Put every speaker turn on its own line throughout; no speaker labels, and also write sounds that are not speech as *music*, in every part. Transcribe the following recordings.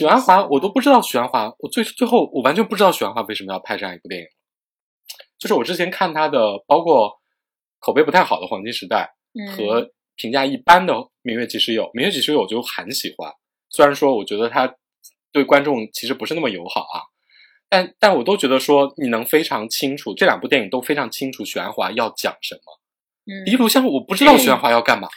许鞍华，我都不知道许鞍华，我最最后我完全不知道许鞍华为什么要拍这样一部电影。就是我之前看他的，包括口碑不太好的《黄金时代》
嗯
和评价一般的《明月几时有》，《明月几时有》我就很喜欢。虽然说我觉得他对观众其实不是那么友好啊，但但我都觉得说你能非常清楚，这两部电影都非常清楚许鞍华要讲什么。
嗯
一，路像我不知道许鞍华要干嘛，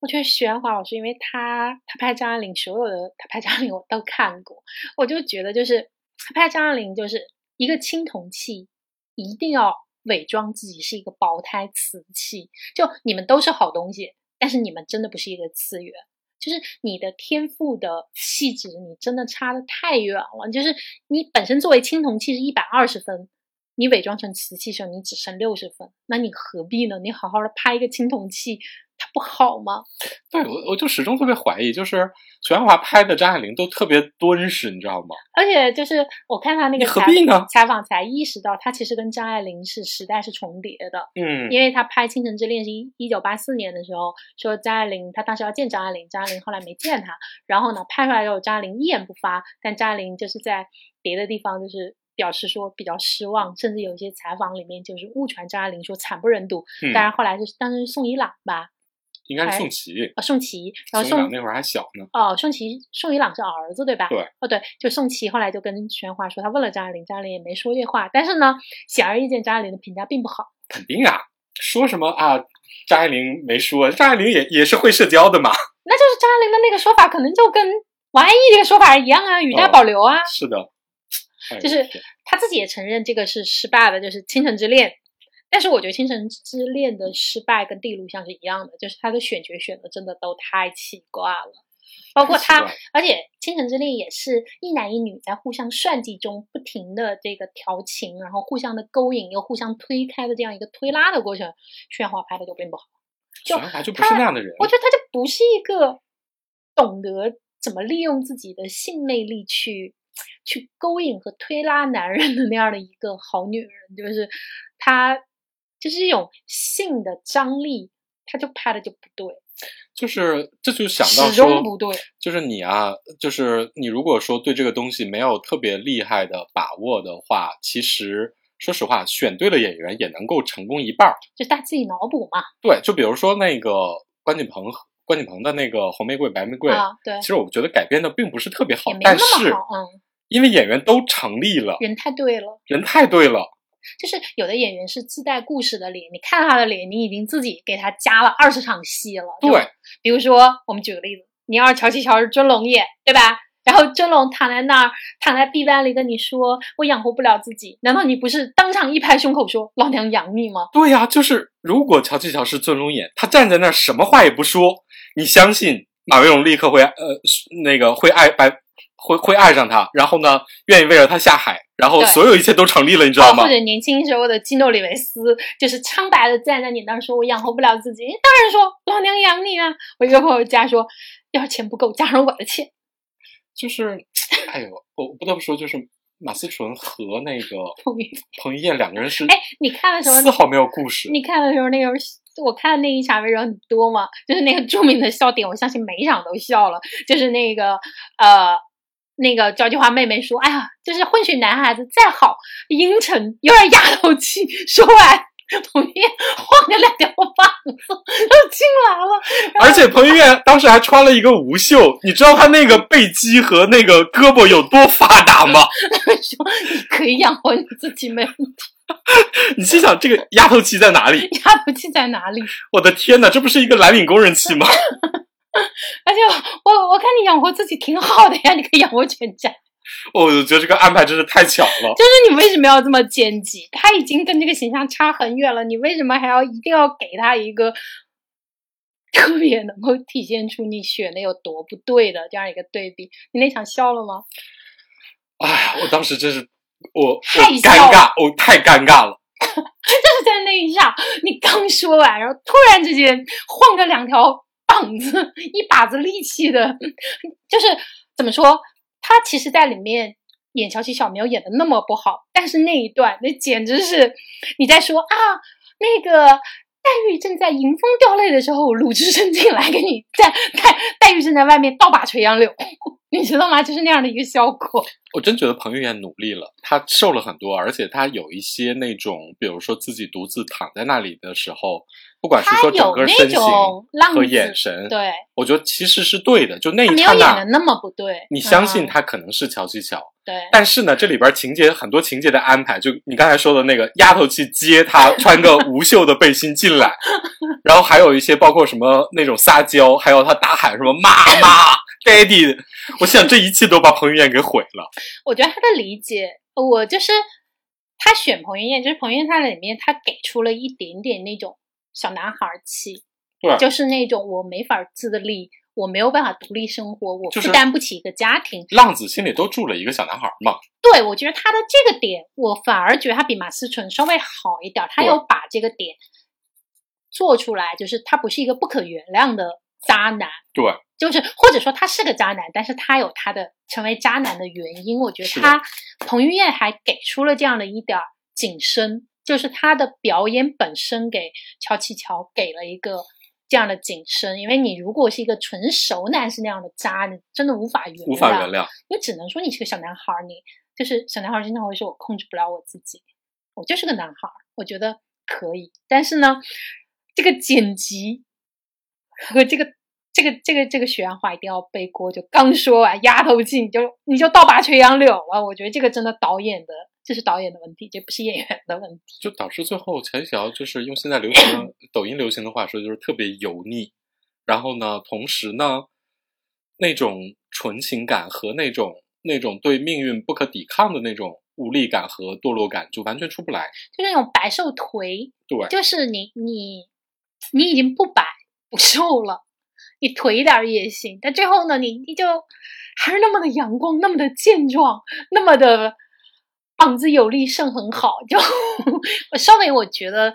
我觉得许鞍华老师，因为他他拍张爱玲所有的他拍张爱玲我都看过，我就觉得就是他拍张爱玲就是一个青铜器，一定要伪装自己是一个薄胎瓷器，就你们都是好东西，但是你们真的不是一个次元。就是你的天赋的气质，你真的差的太远了。就是你本身作为青铜器是一百二十分，你伪装成瓷器的时候你只剩六十分，那你何必呢？你好好的拍一个青铜器，它不好吗？
对我我就始终特别怀疑，就是许鞍华拍的张爱玲都特别敦实，你知道吗？
而且就是我看他那个
你何
采
必呢
采访才意识到，他其实跟张爱玲是时代是重叠的，
嗯，
因为他拍《倾城之恋》是一一九八四年的时候，说张爱玲他当时要见张爱玲，张爱玲后来没见他，然后呢拍出来之后，张爱玲一言不发，但张爱玲就是在别的地方就是。表示说比较失望，甚至有一些采访里面就是误传张爱玲说惨不忍睹，
嗯
当然后来就是当时是宋一朗吧，
应该是宋琦，
啊宋琦，然
宋
后
琦
宋
那会儿还小呢。
哦，宋琦，宋一朗是儿子对吧？
对。
哦，对，就宋琦后来就跟许鞍华说，他问了张爱玲，张爱玲也没说这话。但是呢，显而易见，张爱玲的评价并不好。
肯定啊，说什么啊？张爱玲没说，张爱玲也也是会社交的嘛。
那就是张爱玲的那个说法，可能就跟王安忆这个说法一样啊，语带
哦
保留啊。
是的，哎呦
就是
天
他自己也承认这个是失败的，就是《倾城之恋》。但是我觉得《倾城之恋》的失败跟《地录像》是一样的，就是他的选角选的真的都太奇怪了，包括
太奇
他
怪了，
而且《倾城之恋》也是一男一女在互相算计中不停的这个调情，然后互相的勾引又互相推开的这样一个推拉的过程，炫华拍的就并不好。
许
就
鞍华就不是那样的人。
我觉得他就不是一个懂得怎么利用自己的性魅力去去勾引和推拉男人的那样的一个好女人，就是她就是一种性的张力，她就拍的就不对，
就是这就想到
始
说
终不对。
就是你啊，就是你如果说对这个东西没有特别厉害的把握的话，其实说实话，选对了演员也能够成功一半儿。
就她自己脑补嘛
对，就比如说那个关锦鹏，关锦鹏的那个《红玫瑰白玫瑰》
啊，对
其，实我觉得改编的并不是特别好
也，没
但
那
是
么好，嗯，
因为演员都成立了，
人太对了。
人太对了，
就是有的演员是自带故事的脸，你看他的脸，你已经自己给他加了二十场戏了。就
对，
比如说我们举个例子，你要是乔琪乔是尊龙演，对吧？然后尊龙躺在那儿，躺在臂弯里跟你说：“我养活不了自己。”难道你不是当场一拍胸口说“老娘养你”吗？
对呀、就是如果乔治乔是尊龙演，他站在那儿什么话也不说，你相信马维勇立刻会呃那个会爱白会会爱上他，然后呢愿意为了他下海，然后
对
所有一切都成立了，你知道
啊，
吗
或？者年轻时候的基诺里维斯，就是苍白的站在你那儿说：“我养活不了自己。”你当然说“老娘养你啊！”我一个朋友家说：“要是钱不够，加上我的钱。
就是， *sniffs* 哎呦，我我不得不说，就是马思纯和那个
彭于
彭于晏两个人是”
哎，你看的时候，
丝毫没有故事，
你看的时候，那个我看那一场为什么很多嘛，就是那个著名的笑点，我相信每一场都笑了。就是那个呃，那个交际花妹妹说：“哎呀，就是混血男孩子再好，阴沉，有点丫头气。”说完，彭于晏晃着两条棒子就进来了。
而且彭于晏当时还穿了一个无袖，你知道他那个背肌和那个胳膊有多发达
*laughs*
吗？
他们说：“你可以养活你自己，没有 *laughs*
你心想这个丫头气在哪里？
丫头气在哪里？”
我的天哪，这不是一个蓝领工人气
*laughs*
吗？
而且我我我看你养活自己挺好的呀，你可以养活全家。
我觉得这个安排真是太巧
*laughs*
了。
就是你为什么要这么剪辑？他已经跟这个形象差很远了，你为什么还要一定要给他一个特别能够体现出你选的有多不对的这样一个对比？你那场笑了吗？
哎呀，我当时真是我我
太
尴尬，我太尴尬了。
就是 *laughs* 在那一下，你刚说完，然后突然之间晃着两条膀子， *laughs* 一把子力气的， *laughs* 就是怎么说？他其实在里面演乔琪小没有演的那么不好，但是那一段那简直是你在说啊，那个黛玉正在迎风掉泪的时候，鲁智深进来给你在黛黛玉正在外面倒把垂杨柳， *laughs* 你知道吗？就是那样的一个效果。
我真觉得彭于晏努力了，他瘦了很多，而且他有一些那种，比如说自己独自躺在那里的时候，不管是
他
说整
有
个
那
身形
种浪
和
子，
眼神，
对，
我觉得其实是对的。就那
他
一
没
刹
有演的
那，
那么不对。
你相信
嗯？
他可能是乔西乔，
对，
但是呢，这里边情节很多情节的安排，就你刚才说的那个丫头去接他，穿个无袖的背心进来，然后还有一些包括什么那种撒娇，还有他大喊什么妈妈、daddy，我想这一切都把彭于晏给毁了。
我觉得他的理解，呃我就是他选彭于晏，就是彭于晏他里面他给出了一点点那种小男孩儿气，
对
就是那种我没法自立，我没有办法独立生活，我
就是
负担不起一个家庭。
浪子心里都住了一个小男孩嘛，
对我觉得他的这个点，我反而觉得他比马思纯稍微好一点儿，他
对
有把这个点做出来，就是他不是一个不可原谅的渣男。
对，
就是或者说他是个渣男，但是他有他的成为渣男的原因。我觉得
是的
他彭于晏还给出了这样的一点儿景深，就是他的表演本身给乔琪乔给了一个这样的景深。因为你如果是一个纯熟男是那样的渣，你真的无法原谅，
无法原谅。
你只能说你是个小男孩儿，你就是小男孩儿经常会说我控制不了我自己，我就是个男孩儿，我觉得可以。但是呢，这个剪辑和这个这个这个这个学员话一定要背锅。就刚说完丫头气，你就你就倒拔垂杨柳了。我觉得这个真的导演的，这是导演的问题，这不是演员的问题。
就导致最后钱小就是用现在流行的抖音流行的话说，就是特别油腻。然后呢，同时呢，那种纯情感和那种那种对命运不可抵抗的那种无力感和堕落感，就完全出不来。
就那种白瘦颓，
对，
就是你你你已经不白不瘦了，你颓一点儿也行，但最后呢，你你就还是那么的阳光，那么的健壮，那么的膀子有力，肾很好。就我稍微我觉得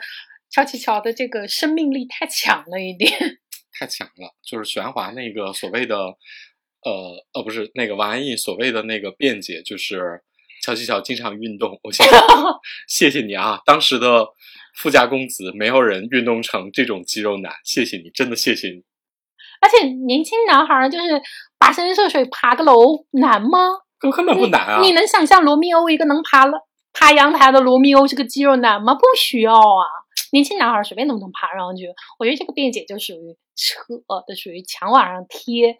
乔琪乔的这个生命力太强了一点， *laughs*
太强了。就是玄华那个所谓的，呃呃，不是那个王安忆所谓的那个辩解，就是乔西乔经常运动。
*laughs*
我想谢谢你啊，当时的富家公子没有人运动成这种肌肉男，谢谢你，真的谢谢你。
而且年轻男孩儿就是跋山涉水爬个楼难吗？
根根本不难啊
你！你能想象罗密欧一个能爬了爬阳台的罗密欧是个肌肉男吗？不需要啊，年轻男孩随便都能爬上去。我觉得这个辩解就属于扯的，属于墙往上贴。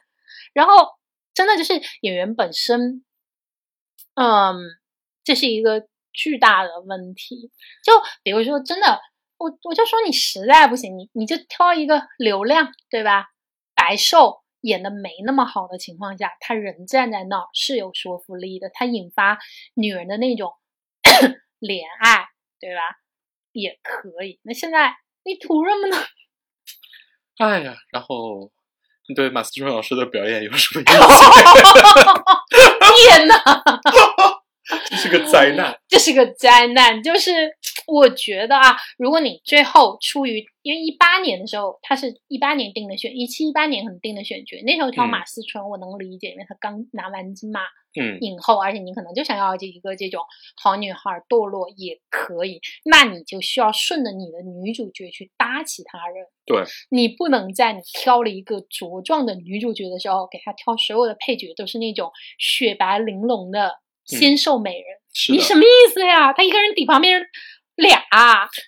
然后真的就是演员本身，嗯，这是一个巨大的问题。就比如说，真的，我我就说你实在不行，你你就挑一个流量，对吧？白瘦演的没那么好的情况下，他人站在那儿是有说服力的，他引发女人的那种 *coughs* 怜爱，对吧？也可以。那现在你图什么呢？ *laughs*
哎呀，然后你对马思纯老师的表演有什么意见？
*laughs* 天呐，
*laughs* 这是个灾难。
这是个灾难。就是我觉得啊，如果你最后出于因为一八年的时候，他是一八年定的选，一七一八年可能定的选角，那时候挑
嗯
马思纯我能理解，因为他刚拿完金马
嗯，
影后，而且你可能就想要这一个这种好女孩儿堕落也可以，那你就需要顺着你的女主角去搭其他人。
对，
你不能在你挑了一个茁壮的女主角的时候，给她挑所有的配角都是那种雪白玲珑的
嗯
纤瘦美人，
是
你什
的，
么意思呀？她一个人抵旁边俩，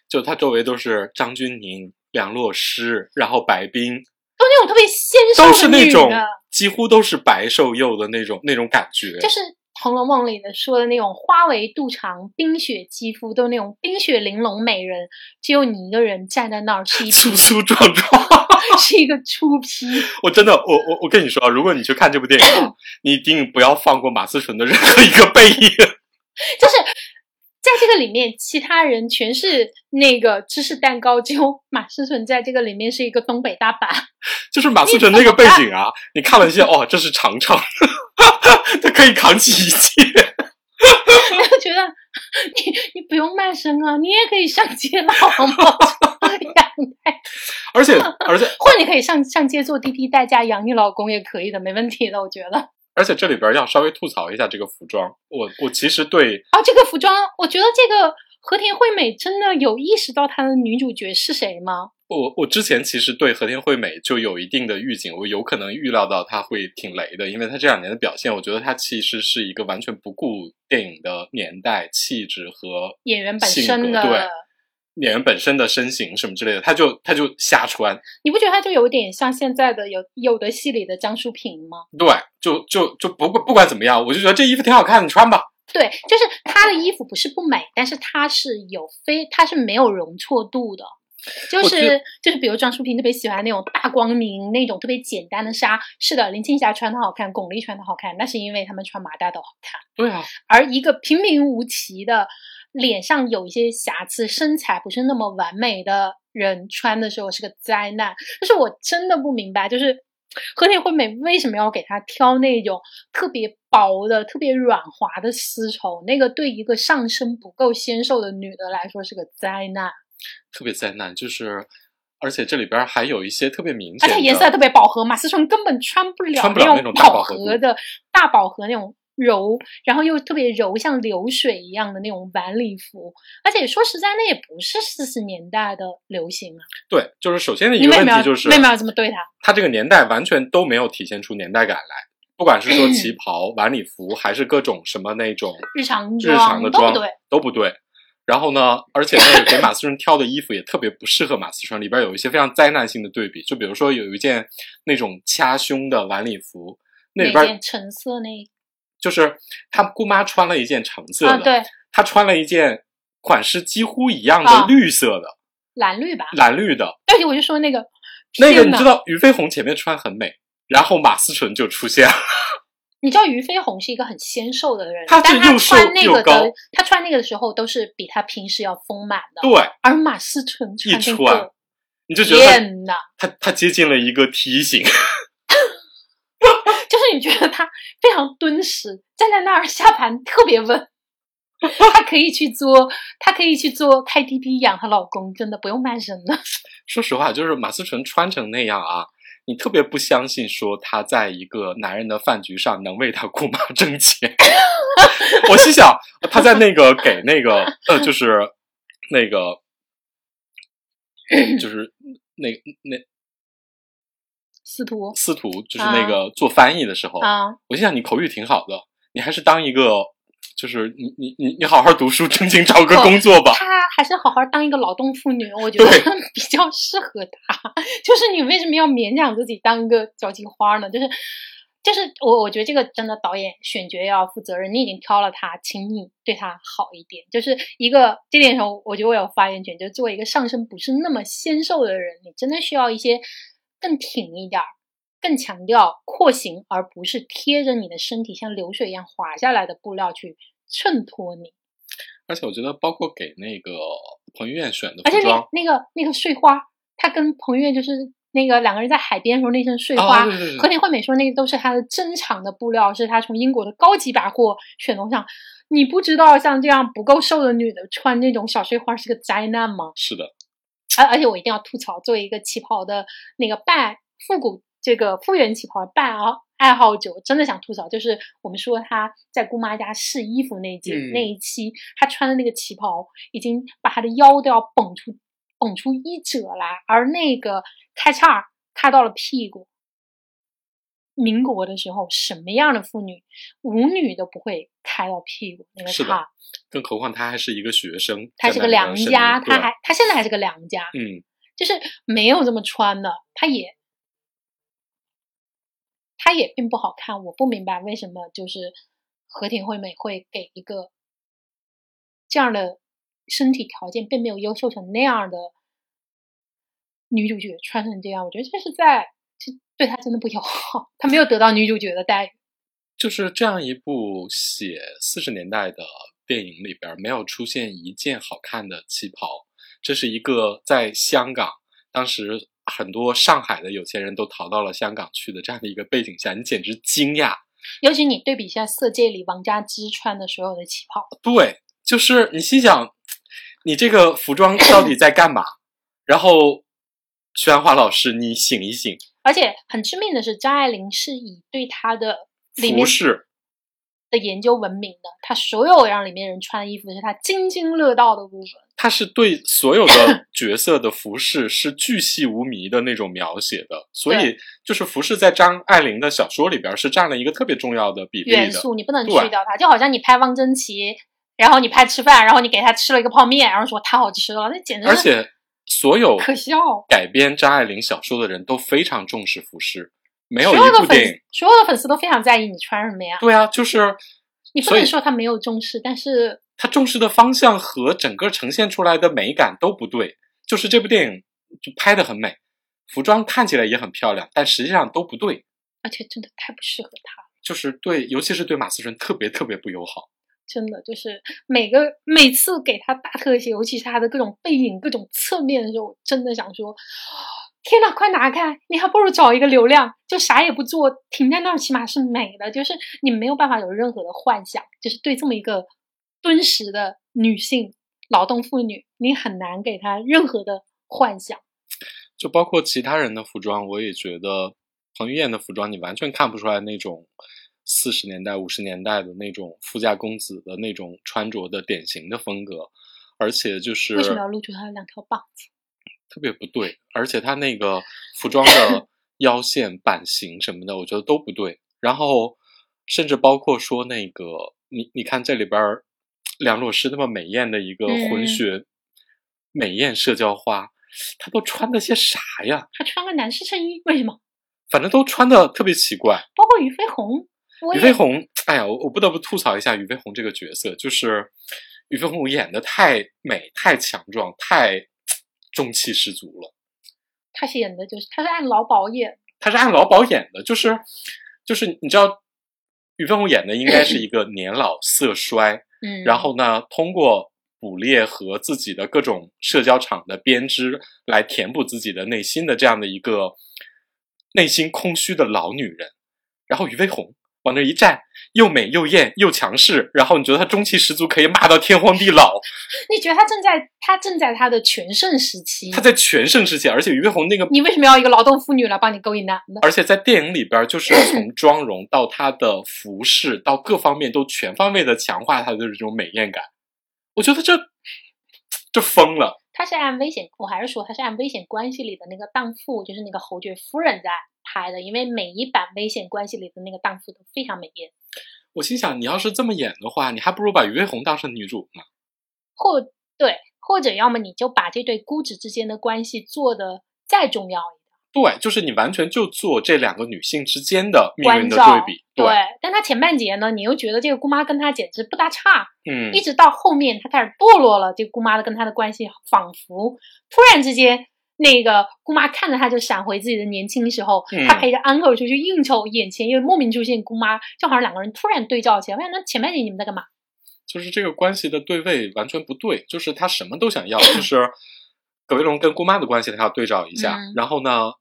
就他周围都是张钧甯、梁洛施，然后白冰，
都那种特别纤瘦的
都是那
女
种
的
几乎都是白瘦幼的那种那种感觉。
就是《红楼梦》里的说的那种花为肚肠、冰雪肌肤，都那种冰雪玲珑美人，只有你一个人站在那儿是
*laughs*
一
粗粗壮壮， *laughs*
是一个粗坯。
我真的，我我我跟你说啊，如果你去看这部电影啊，你一定不要放过马思纯的任何一个背影。 *laughs*
就是在这个里面，其他人全是那个芝士蛋糕，只有马思纯在这个里面是一个东北大 *laughs* 板。
就是马思纯那个背景啊，你看了一下，哦，这是长城， *laughs* 他可以扛起一切。 *laughs*
我就觉得你你不用卖身啊，你也可以上街拉黄包车呀，
而且而且
或者你可以上上街坐滴滴代驾养你老公也可以的，没问题的，我觉得。
而且这里边要稍微吐槽一下这个服装，我我其实对
啊，这个服装，我觉得这个和田惠美真的有意识到她的女主角是谁吗？
我我之前其实对和田惠美就有一定的预警，我有可能预料到她会挺雷的，因为她这两年的表现，我觉得她其实是一个完全不顾电影的年代、气质和
演员本
性
身
格
的，
对演员本身的身形什么之类的，她就她就瞎穿，
你不觉得她就有点像现在的有有的戏里的江淑萍吗？
对，就就就不不管怎么样，我就觉得这衣服挺好看，你穿吧。
对，就是她的衣服不是不美，但是她是有非，她是没有容错度的。就
我
是就是，比如张淑萍特别喜欢那种大光明、那种特别简单的纱。是的，林青霞穿的好看，巩俐穿的好看，那是因为她们穿麻袋都好看。
对啊，
而一个平平无奇的、脸上有一些瑕疵、身材不是那么完美的人穿的时候是个灾难。但是我真的不明白，就是 *laughs* 和田惠美为什么要给她挑那种特别薄的、特别软滑的丝绸？那个对一个上身不够纤瘦的女的来说是个灾难，
特别灾难，就是而且这里边还有一些特别明显
而
的，
且颜色还特别饱和，马思纯根本穿不了
穿不了那种
种
大
饱
饱和度
的大饱和那种。柔，然后又特别柔，像流水一样的那种晚礼服，而且说实在，那也不是四十年代的流行啊。
对，就是首先的一
你
个
为什
问
么要
题就是
为什么要这么对她？
它这个年代完全都没有体现出年代感来，不管是说
嗯
旗袍、晚礼服，还是各种什么那种
日常
日常的
嗯都
妆
不对，
都不对。然后呢，而且那个给马思纯挑的衣服也特别不适合马思纯，里边有一些非常灾难性的对比，就比如说有一件那种掐胸的晚礼服，那里
哪
边
件橙色那一
就是她姑妈穿了一件橙色
啊，
的，
对，
她穿了一件款式几乎一样的
啊
绿色的、
蓝绿吧。
蓝绿的，
而且我就说那个，
嗯那个
天
你
哪
知，道，俞飞鸿前面穿很美，然后马思纯就出现了， *laughs*
你知道俞飞鸿是一个很纤瘦的人，
他
但
是
他
又瘦
穿那
又
个
高
的，他穿那个的时候都是比他平时要丰满的。
对，
而马思纯
一
穿这
穿
个，
你就觉得
天哪！
他他他接近了一个梯形， *laughs*
就是你觉得他非常敦实，站在那儿下盘特别稳。她可以去做，她可以去做开 T T 养她老公，真的不用卖身的。
说实话，就是马思纯穿成那样啊，你特别不相信说她在一个男人的饭局上能为她姑妈挣钱。 *laughs* 我心想，她在那个给那个呃，就是那个，就是那那
司徒
司徒，就是那个做翻译的时候，
啊，
我心想你口语挺好的，你还是当一个。就是你你你你好好读书，正经找个
哦
工作吧。 *laughs*
她还是好好当一个劳动妇女，我觉得 *laughs* 比较适合她。 *laughs* 就是你为什么要勉强自己当一个交际花呢？就是，就是我我觉得这个真的导演选角要负责任。你已经挑了她，请你对她好一点。就是一个这点上，我觉得我有发言权。就是作为一个上身不是那么纤瘦的人，你真的需要一些更挺一点儿。更强调廓形，而不是贴着你的身体像流水一样滑下来的布料去衬托你。
而且我觉得，包括给那个彭于晏选的
而且
服
那
装，
那个那个碎花，他跟彭于晏就是那个两个人在海边的时候那身碎花，
啊，对对
和
对，
田惠美说那个都是他的珍藏的布料，是他从英国的高级百货选购上。你不知道像这样不够瘦的女的穿那种小碎花是个灾难吗？
是的，
而而且我一定要吐槽，作为一个旗袍的那个半复古这个复原旗袍的半爱好爱好者，我真的想吐槽，就是我们说她在姑妈家试衣服那一集、
嗯
那一期，她穿的那个旗袍已经把她的腰都要绷出绷出衣褶来，而那个开叉儿开到了屁股。民国的时候，什么样的妇女，舞女都不会开到屁股那个
是的
叉。
更何况他还是一个学生，
她
在
是
那
个
里
良
面生
家，
活
她
对
还她现在还是个良家。
嗯，
就是没有这么穿的，它也它也并不好看。我不明白为什么就是和田惠美会给一个这样的身体条件并没有优秀成那样的女主角穿成这样，我觉得这是在这对她真的不友好，她没有得到女主角的待遇。
就是这样一部写四十年代的电影里边，没有出现一件好看的旗袍，这是一个在香港当时。很多上海的有钱人都逃到了香港去的这样的一个背景下，你简直惊讶。
尤其你对比一下《色戒》里王佳芝穿的所有的旗袍，
对，就是你心想，你这个服装到底在干嘛？然后，徐安华老师，你醒一醒，
而且很致命的是，张爱玲是以对她的里
服
面
饰
的研究闻名的，他所有让里面人穿衣服是他津津乐道的部分。
他是对所有的角色的服饰是巨细无遗的那种描写的，所以
对
就是服饰在张爱玲的小说里边是占了一个特别重要的比例
元
的。
素，你不能去
对
掉它。就好像你拍汪曾祺，然后你拍吃饭，然后你给他吃了一个泡面，然后说太好吃了，那简直
而
是
且所有
可笑。
改编张爱玲小说的人都非常重视服饰，没有
所有
一部
的粉
电
丝啊
影。，
所有的粉丝都非常在意你穿什么呀。
对啊，就是
你不
所以
能说他没有重视，但是
他重视的方向和整个呈现出来的美感都不对。就是这部电影就拍的很美，服装看起来也很漂亮，但实际上都不对。
而且真的太不适合他了，
就是对，尤其是对马思纯特别特别不友好。
真的就是每个每次给他大特写，尤其是他的各种背影、各种侧面的时候，我真的想说。天呐，快拿开！你还不如找一个流量，就啥也不做，停在那儿，起码是美的。就是你没有办法有任何的幻想，就是对这么一个敦实的女性劳动妇女，你很难给她任何的幻想。
就包括其他人的服装，我也觉得彭于晏的服装，你完全看不出来那种四十年代、五十年代的那种富家公子的那种穿着的典型的风格，而且就是
为什么要露出她的两条棒子？
特别不对，而且他那个服装的腰线、版型什么的，我觉得都不对。然后，甚至包括说那个，你你看这里边儿梁洛施那么美艳的一个混
嗯
血、美艳社交花，她都穿的些啥呀？
她穿个男士衬衣，为什么？
反正都穿的特别奇怪。
包括俞飞鸿，我
俞
也
飞鸿，哎呀，我我不得不吐槽一下俞飞鸿这个角色，就是俞飞鸿演的太美、太强壮、太中气十足了。
他是演的就是他是按劳保演，
他是按劳保演的，就是就是你知道，俞飞鸿演的应该是一个年老色衰，
嗯
然后呢，通过捕猎和自己的各种社交场的编织来填补自己的内心的这样的一个内心空虚的老女人。然后俞飞鸿往那一站，又美又艳又强势，然后你觉得他中气十足，可以骂到天荒地老。
你觉得他正在他正在他的全盛时期
他，在全盛时期，而且俞飞鸿那个
你为什么要一个劳动妇女来帮你勾引男的？
而且在电影里边儿，就是从妆容到她的服饰到各方面都全方位的强化她的这种美艳感。我觉得这这疯了，
他是按危险，我还是说他是按危险关系里的那个荡妇，就是那个侯爵夫人在拍的，因为每一版危险关系里的那个荡妇都非常美艳，
我心想，你要是这么演的话，你还不如把俞飞鸿当成女主呢。
或对，或者要么你就把这对姑侄之间的关系做的再重要一
对，就是你完全就做这两个女性之间的命
关
运的
照
对比。
点，对，但他前半截呢，你又觉得这个姑妈跟他简直不搭叉，
嗯
一，直到后面他开始堕落了，这个姑妈的跟他的关系仿佛突然之间，那个姑妈看着他就闪回自己的年轻时候，
嗯
他陪着 uncle 出去应酬，眼前又莫名出现姑妈，就好像两个人突然对照起来。我哎想，那前半年你们在干嘛？
哦就是这个关系的对位完全不对，就是他什么都想要，就是 *coughs* 葛威龙跟姑妈的关系，他要对照一下，
嗯
然后呢。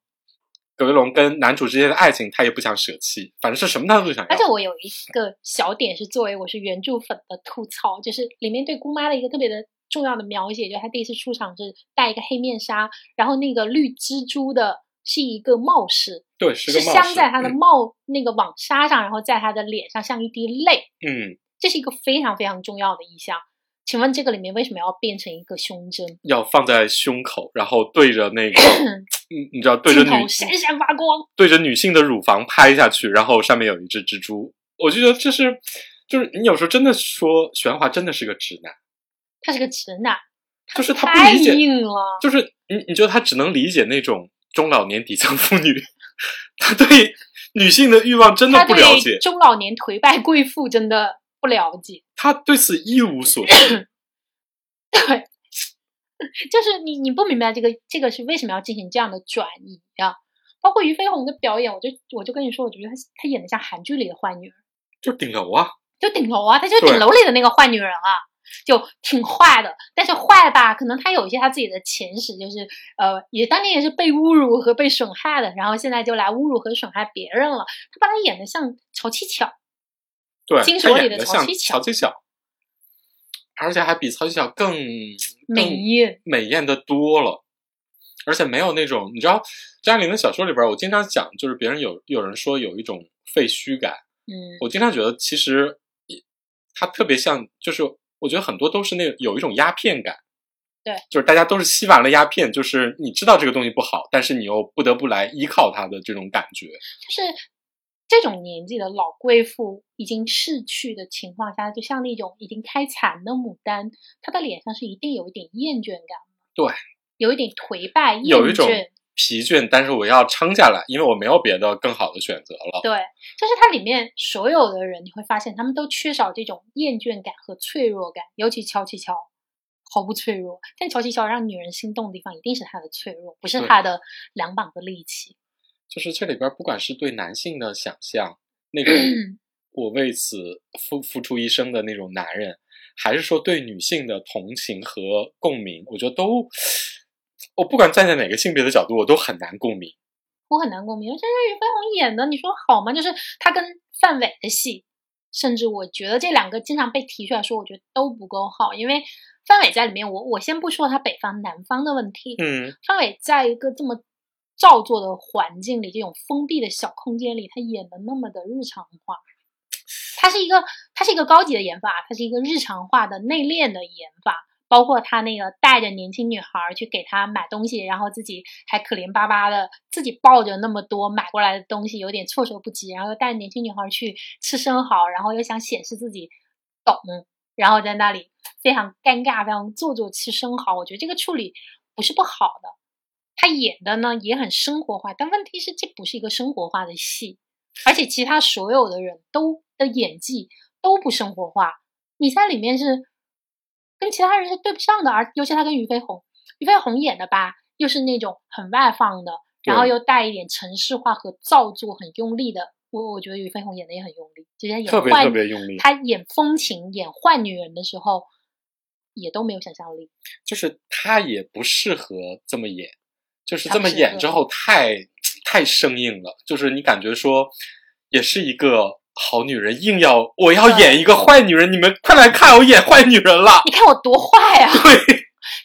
葛威龙跟男主之间的爱情，他也不想舍弃，反正是什么他都想要。
而且我有一个小点是作为我是原著粉的吐槽，就是里面对姑妈的一个特别的重要的描写，就是她第一次出场是戴一个黑面纱，然后那个绿蜘蛛的是一个帽饰，
对，是个冒
镶
失
在她的
嗯
帽、那个网纱上，然后在她的脸上像一滴泪。
嗯，
这是一个非常非常重要的意象。请问这个里面为什么要变成一个胸针？
要放在胸口，然后对着那
*coughs*
个，嗯，你知道，对着
镜
女
头闪闪发光，
对着女性的乳房拍下去，然后上面有一只蜘蛛，我就觉得这是，就是你有时候真的说玄华真的是个直男，
他是个直男，
就是他不
太
理解，
硬了。
就是你你觉得他只能理解那种中老年底层妇女， *laughs* 他对女性的欲望真的
他
不了
对
解，
中老年颓败贵妇真的不了解。
他对此一无所知，
*laughs* 对，就是你你不明白这个这个是为什么要进行这样的转移啊？包括俞飞鸿的表演，我就我就跟你说，我觉得他他演的像韩剧里的坏女人。
就顶楼啊，
就顶楼啊，她就是
对
顶楼里的那个坏女人啊，就挺坏的。但是坏吧，可能她有一些她自己的前史，就是呃，也当年也是被侮辱和被损害的，然后现在就来侮辱和损害别人了。她把她演的像曹七巧，
对，
金
他
锁
演
里的
的
曹
像
七
乔
巧
七巧，而且还比曹七巧更
美
更
艳，
美艳的多了，而且没有那种你知道张爱玲的小说里边儿，我经常讲，就是别人有有人说有一种废墟感，
嗯，
我经常觉得其实它特别像，就是我觉得很多都是那有一种鸦片感，
对，
就是大家都是吸完了鸦片，就是你知道这个东西不好，但是你又不得不来依靠它的这种感觉。
就是这种年纪的老贵妇已经逝去的情况下，就像那种已经开残的牡丹，她的脸上是一定有一点厌倦感，
对，
有一点颓败，厌
有一种
倦
疲倦，但是我要撑下来，因为我没有别的更好的选择了。
对，就是它里面所有的人，你会发现他们都缺少这种厌倦感和脆弱感，尤其乔琪乔毫不脆弱，但乔琪乔让女人心动的地方一定是她的脆弱，不是
对
她的两膀子力气。 *clears throat*
就是这里边不管是对男性的想象，那
*clears throat*
种我为此付付出一生的那种男人，还是说对女性的同情和共鸣，我觉得都，我不管站在哪个性别的角度，我都很难共鸣。
我很难共鸣，这是俞飞鸿演的，你说好吗？就是他跟范伟的戏，甚至我觉得这两个经常被提出来说，我觉得都不够好，因为范伟在里面，我我先不说他北方南方的问题，
嗯，
范伟在一个这么造作的环境里，这种封闭的小空间里，他演的那么的日常化。他是一个，他是一个高级的演法，他是一个日常化的内敛的演法，包括他那个带着年轻女孩儿去给她买东西，然后自己还可怜巴巴的自己抱着那么多买过来的东西，有点措手不及，然后又带着年轻女孩儿去吃生蚝，然后又想显示自己懂，然后在那里非常尴尬、非常做作吃生蚝。我觉得这个处理不是不好的，他演的呢也很生活化，但问题是这不是一个生活化的戏，而且其他所有的人都的演技都不生活化，你在里面是跟其他人是对不上的，而尤其他跟俞飞鸿，俞飞鸿演的吧，又是那种很外放的，然后
对
又带一点城市化和造作，很用力的。我我觉得俞飞鸿演的也很用力，之前演
特别
坏
特别用力。
他演风情、演坏女人的时候，也都没有想象力。
就是他也不适合这么演，就是
他
这
不
么
适
演
合
之后太太生硬了，就是你感觉说也是一个好女人，硬要我要
对
演一个坏女人，你们快来看我演坏女人了。 *laughs*
你看我多坏啊！ *laughs*
对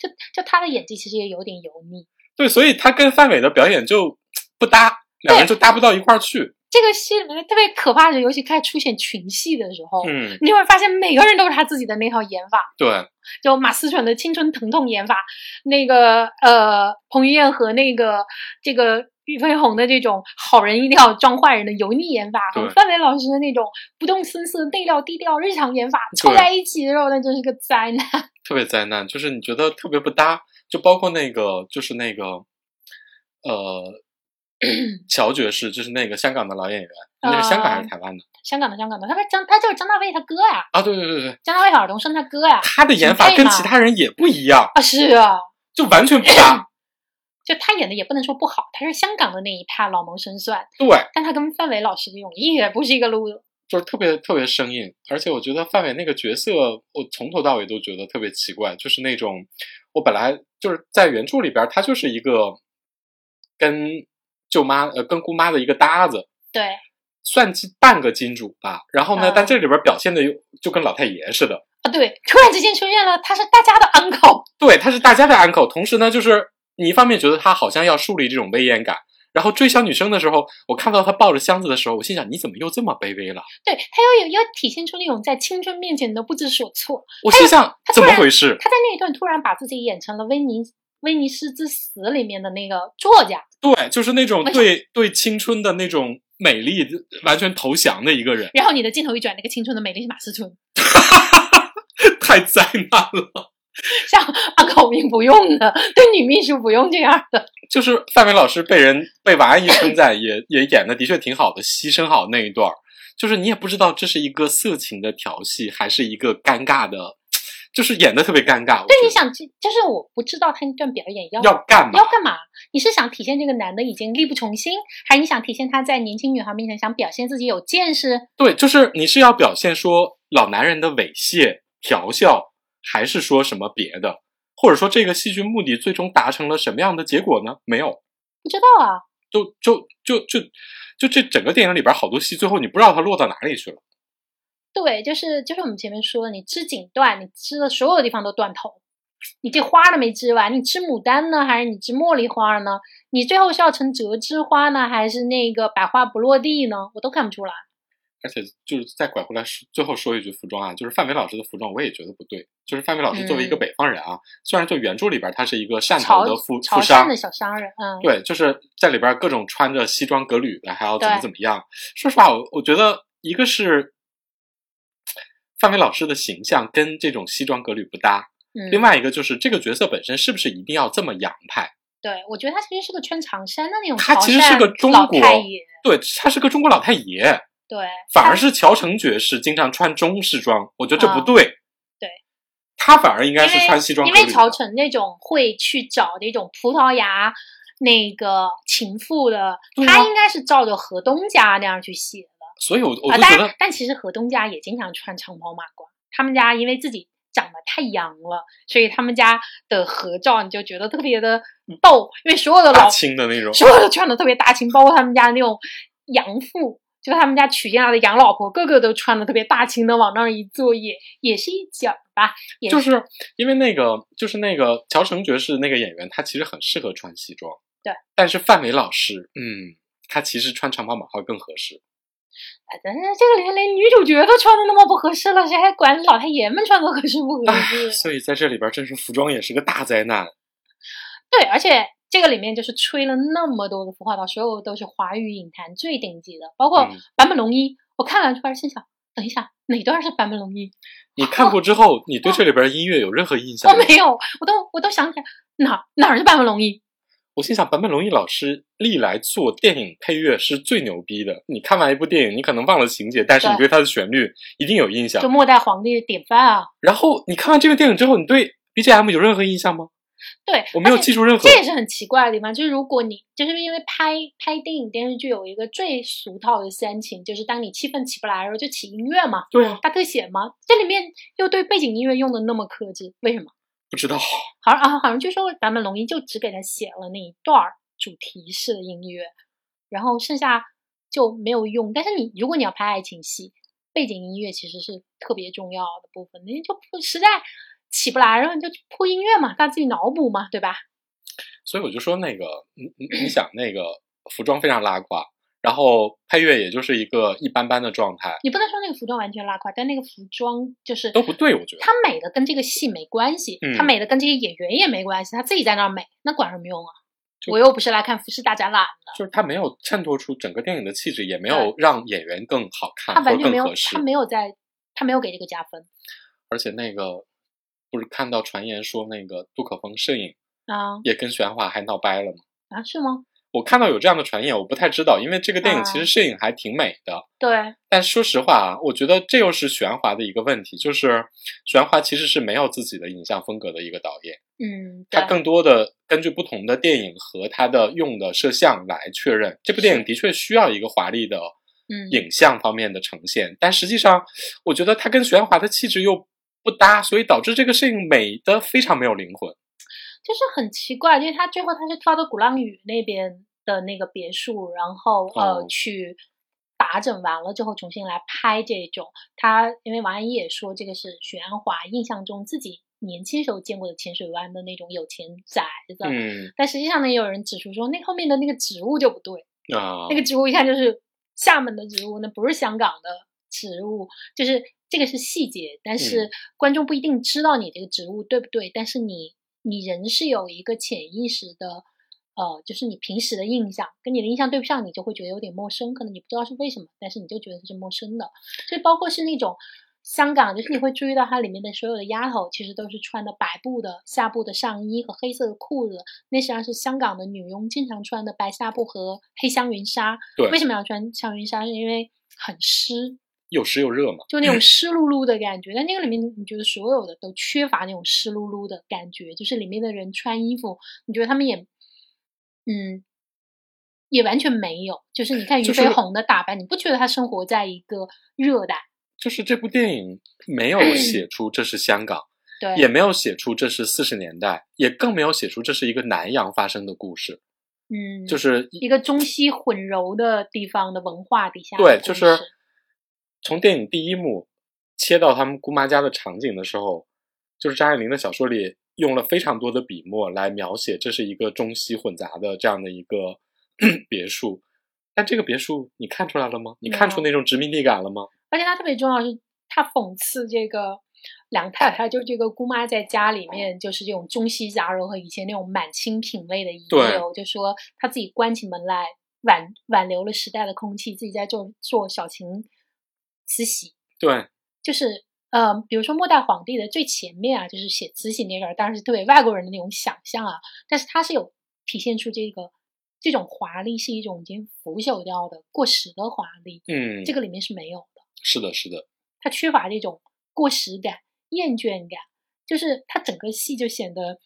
就就他的演技其实也有点油腻。
对，所以他跟范伟的表演就不搭，两个人就搭不到一块儿去。
这个戏里面特别可怕的，尤其开始出现群戏的时候，
嗯，
你就会发现每个人都是他自己的那套演法，
对，
就马思纯的青春疼痛演法，那个呃彭于晏和那个这个。俞飞鸿的这种好人一定要装坏人的油腻演法，和
对
范伟老师的那种不动声色、内料低调、日常演法凑
对
在一起之后，那真是个灾难。
特别灾难，就是你觉得特别不搭，就包括那个就是那个呃乔爵士，就是那个香港的老演员，那是香港还是
啊
台湾的？
香港的香港的，他不是张，他就是张大卫他哥呀、
啊，对对对对，
张大卫小儿童生他哥呀、啊。
他的演法
匹配
跟
嘛
其他人也不一样，
是啊，
就完全不
*clears throat*
搭。
就他演的也不能说不好，他是香港的那一派老谋深算，
对，
但他跟范伟老师这种也不是一个路子。
就是特别特别生硬。而且我觉得范伟那个角色，我从头到尾都觉得特别奇怪，就是那种我本来就是在原著里边，他就是一个跟舅妈呃跟姑妈的一个搭子，
对，
算是半个金主吧。然后呢，
啊
但这里边表现的又就跟老太爷似的。
啊对，突然之间出现了他是大家的 uncle， *laughs*
对，他是大家的 uncle，同时呢，就是你一方面觉得他好像要树立这种威严感，然后追小女生的时候，我看到他抱着箱子的时候，我心想你怎么又这么卑微了？
对他又有又体现出那种在青春面前你都不知所措。
我心想
哎他突
怎么
然
回事？
他在那一段突然把自己演成了威尼威尼斯之死里面的那个作家，
对，就是那种
为啥
对对青春的那种美丽完全投降的一个人， *laughs*
然后你的镜头一转，那个青春的美丽是马思纯，
太灾难了。
像 uncle 名不用的，对女秘书不用这样的。
就是范伟老师被人被王安忆
*clears throat*
称赞，也也演的的确挺好的，牺牲好那一段儿，就是你也不知道这是一个色情的调戏，还是一个尴尬的，就是演的特别尴尬。
对，
我觉得
你想，就就是我不知道他那段表演要
要干嘛
要？干嘛？你是想体现这个男的已经力不从心，还是你想体现他在年轻女孩面前想表现自己有见识？
对，就是你是要表现说老男人的猥亵、调笑，还是说什么别的？或者说这个戏剧目的最终达成了什么样的结果呢？没有，
不知道啊，
就就就就就这整个电影里边好多戏，最后你不知道它落到哪里去了。
对，就是就是我们前面说的，你织锦缎，你织的所有地方都断头，你这花都没织完，你织牡丹呢，还是你织茉莉花呢？你最后是要成折枝花呢，还是那个百花不落地呢？我都看不出来。
而且就是再拐回来说，最后说一句服装啊，就是范伟老师的服装，我也觉得不对。就是范伟老师作为一个
嗯
北方人啊，虽然就原著里边他是一个汕头
潮
的富
潮
富
汕
商
的，小商人，嗯，
对，就是在里边各种穿着西装革履的，还要怎么
对
怎么样。说实话，我我觉得一个是范伟老师的形象跟这种西装革履不搭，
嗯，
另外一个就是这个角色本身是不是一定要这么洋派？
对，我觉得他其实是个穿长衫的那种
他
潮
其实是
汕
个中
老
国
太爷，
对，他是个中国老太爷，
对，
反而
他
是乔成爵士经常穿中式装，我觉得这不
啊
对。
对，
他反而应该
因
是
为
穿西装
因
革
为
履
乔
的。
成那种会去找那种葡萄牙那个情妇的，
对啊
他应该是照着河东家那样去写
所以我我
啊。
就觉
但
得，
但其实河东家也经常穿长袍马褂，他们家因为自己长得太洋了，所以他们家的合照你就觉得特别的逗，因为所有的
嗯大
老
清的那种，
所有的穿的特别大清，包括他们家那种洋妇，就他们家娶进来的洋老婆，个个都穿的特别大清的，往那儿一坐也也是一角吧，也
就是因为那个就是那个乔成爵士那个演员，他其实很适合穿西装。
对，
但是范伟老师，嗯，他其实穿长袍马褂更合适。
但是哎这个连连女主角都穿的那么不合适了，谁还管老太爷们穿的合适啊不合
唉，
适？
所以在这里边，真是服装也是个大灾
*laughs*
难。
对，而且这个里面就是吹了那么多的服化道，所有都是华语影坛最顶级的，包括
嗯
坂本龙一，我看完突然心想，等一下哪段是坂本龙一？
你看过之后，你对这里边音乐有任何印象
我
吗？
没有，我都我都想起来哪儿哪儿是坂本龙一？
我心想，坂本龙一老师历来做电影配乐是最牛逼的。你看完一部电影，你可能忘了情节，但是你对它的旋律一定有印
就
象。
末代皇帝的典范啊！
然后你看完这个电影之后，你对 BGM 有任何印象吗？
对，
我没有
而且
记住任何
这也是很奇怪的地方，就是如果你就是因为拍拍电影电视剧有一个最俗套的煽情，就是当你气氛起不来的时候就起音乐嘛，
对啊，
大特写嘛。这里面又对背景音乐用的那么克制，为什么？
不知道。
好像啊，好像据说坂本龙一就只给他写了那一段儿主题式的音乐，然后剩下就没有用。但是你如果你要拍爱情戏，背景音乐其实是特别重要的部分，那就不实在起不来，然后你就铺音乐嘛，大家自己脑补嘛，对吧？
所以我就说那个，你你你想那个服装非常拉胯，然后配乐也就是一个一般般的状态，
你不能说那个服装完全拉胯，但那个服装就是
都不对，我觉得
它美的跟这个戏没关系，
嗯
它美的跟这些演员也没关系，它自己在那儿美，那管什么用啊？
就
我又不是来看服饰大
*laughs*
展览，
就是它没有衬托出整个电影的气质，也没有让演员更好
它
看或者
完全
更
没有
合，适
它。没有在，它没有给这个加分
而且那个不是看到传言说那个杜可风摄影
啊
也跟玄华还闹掰了吗？
啊是吗？
我看到有这样的传言，我不太知道，因为这个电影其实摄影还挺美的。
对，
但说实话啊，我觉得这又是玄华的一个问题，就是玄华其实是没有自己的影像风格的一个导演，
嗯，
他
对，
更多的根据不同的电影和他的用的摄像来确认。这部电影的确需要一个华丽的
嗯，
影像方面的呈现，但实际上，我觉得它跟玄华的气质又不搭，所以导致这个摄影美的非常没有灵魂。
就是很奇怪，因为他最后他是跳到鼓浪屿那边的那个别墅，然后呃、
哦
去打整完了之后重新来拍这种。他因为王安忆也说这个是许鞍华印象中自己年轻时候见过的浅水湾的那种有钱宅子，
嗯
但实际上呢也有人指出说那后面的那个植物就不对，
啊，
那个植物一看就是厦门的植物，那不是香港的植物，就是这个是细节，但是观众不一定知道你这个植物对不对，但是你你人是有一个潜意识的，呃，就是你平时的印象跟你的印象对不上，你就会觉得有点陌生，可能你不知道是为什么，但是你就觉得它是陌生的，所以包括是那种。香港就是你会注意到它里面的所有的丫头，其实都是穿的白布的下布的上衣和黑色的裤子，那实际上是香港的女佣经常穿的白纱布和黑香云纱。
对
为什么要穿香云纱？是因为很湿，
又湿又热嘛。
就那种湿漉漉的感觉。但那个里面，你觉得所有的都缺乏那种湿漉漉的感觉，就是里面的人穿衣服，你觉得他们也，嗯，也完全没有。就是你看俞
就
飞
是
鸿的打扮，你不觉得他生活在一个热带？
就是这部电影没有写出这是香港，
嗯对，
也没有写出这是四十年代，也更没有写出这是一个南洋发生的故事，
嗯，
就是
一个中西混揉的地方的文化底下的故事，
对，就是从电影第一幕切到他们姑妈家的场景的时候，就是张爱玲的小说里用了非常多的笔墨来描写这是一个中西混杂的这样的一个 *clears throat* 别墅，但这个别墅你看出来了吗？你
没
看
有
出那种殖民地感了吗？
而且它特别重要的是，它讽刺这个两太太，就是这个姑妈在家里面就是这种中西杂糅和以前那种满清品味的遗
对
留，就说她自己关起门来挽挽留了时代的空气，自己在做做小型慈禧，
对，
就是。呃，比如说末代皇帝的最前面啊，就是写慈禧那段，当然是对外国人的那种想象啊，但是它是有体现出这个这种华丽是一种已经腐朽掉的过时的华丽，
嗯，
这个里面是没有的。
是的，是的，
它缺乏这种过时感、厌倦感，就是它整个戏就显得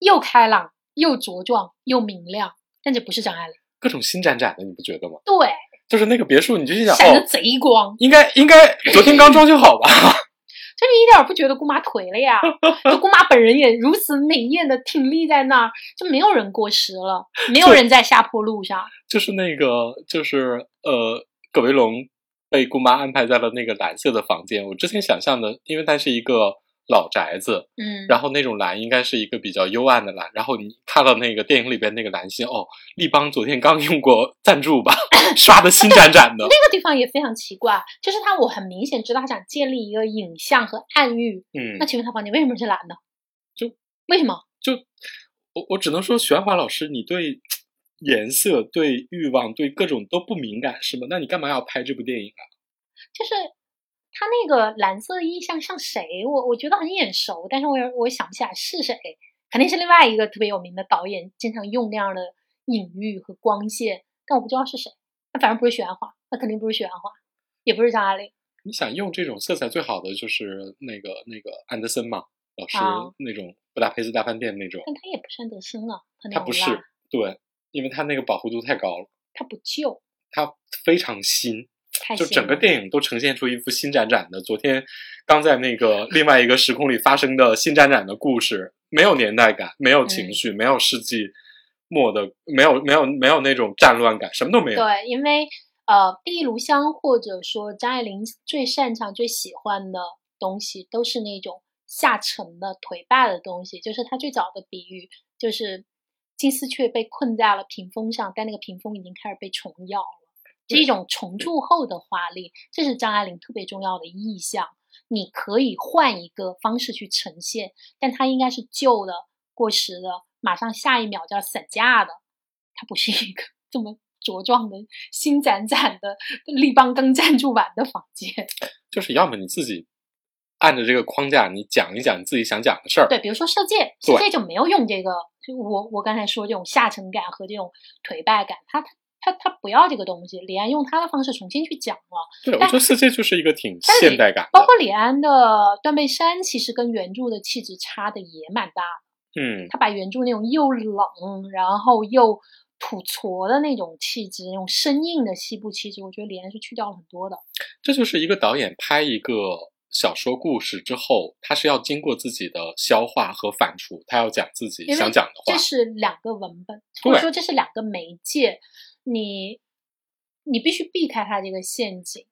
又开朗、又茁壮、又明亮，但这不是张爱玲，
各种新展展的，你不觉得吗？
对，
就是那个别墅，你就心想，
闪
哎
得
哦，
贼光，
应该应该昨天刚装修好吧？
就是一点儿不觉得姑妈颓了
*laughs*
呀，就姑妈本人也如此美艳的挺立在那儿，就没有人过时了，没有
就
人在下坡路上，
就是那个，就是呃，葛维龙被姑妈安排在了那个蓝色的房间。我之前想象的，因为它是一个老宅子，
嗯，
然后那种蓝应该是一个比较幽暗的蓝。然后你看到那个电影里边那个蓝心，哦，立邦昨天刚用过赞助吧， *laughs* 刷的新展展
*laughs*
的。
那个地方也非常奇怪，就是他，我很明显知道他想建立一个影像和暗喻。那
嗯，
请问他房间为什么是蓝的？
就
为什么？
就我我只能说，玄华老师，你对颜色、对欲望、对各种都不敏感是吗？那你干嘛要拍这部电影啊？
就是他那个蓝色意象像谁？我我觉得很眼熟，但是我也我想不起来是谁，肯定是另外一个特别有名的导演，经常用那样的隐喻和光线，但我不知道是谁。那反正不是许鞍华，那肯定不是许鞍华，也不是张爱玲。
你想用这种色彩最好的就是那个那个安德森嘛，老师、
啊
那种布达佩斯大饭店那种，
但他也不是安德森啊，他那
它
种
不
辣
是，对，因为它那个饱和度太高了，
他不旧，
它非常新，
太
就
新
整个
了
电影都呈现出一幅新展展的。昨天刚在那个另外一个时空里发生的新展展的故事，没有年代感，没有情
嗯
绪，没有世纪末的，没有没有没有那种战乱感，什么都没有。
对，因为呃，壁炉香或者说张爱玲最擅长、最喜欢的东西，都是那种下沉的、颓败的东西。就是她最早的比喻，就是金丝雀被困在了屏风上，但那个屏风已经开始被虫咬了。这
对
一种虫蛀后的华丽，这是张爱玲特别重要的意象。你可以换一个方式去呈现，但它应该是旧的、过时的，马上下一秒就要散架的。它不是一个 *laughs* 这么茁壮的新展展的立邦刚站住完的房间。
就是要么你自己按着这个框架，你讲一讲你自己想讲的事儿。
对，比如说射箭，
对
射箭就没有用这个，就我我刚才说这种下沉感和这种颓败感，他他他他不要这个东西，李安用他的方式重新去讲了。
对，我觉得《色戒》就是一个挺
但是
现代感
包
的，
括李安的《断背山》，其实跟原著的气质差的也蛮大的。
嗯，
他把原著那种又冷，然后又土矬的那种气质，那种生硬的西部气质，我觉得李安是去掉了很多的。
这就是一个导演拍一个小说故事之后，他是要经过自己的消化和反刍，他要讲自己
因为
想讲的话
这。是两个文本，或者
对
说这是两个媒介，你你必须避开它这个陷阱。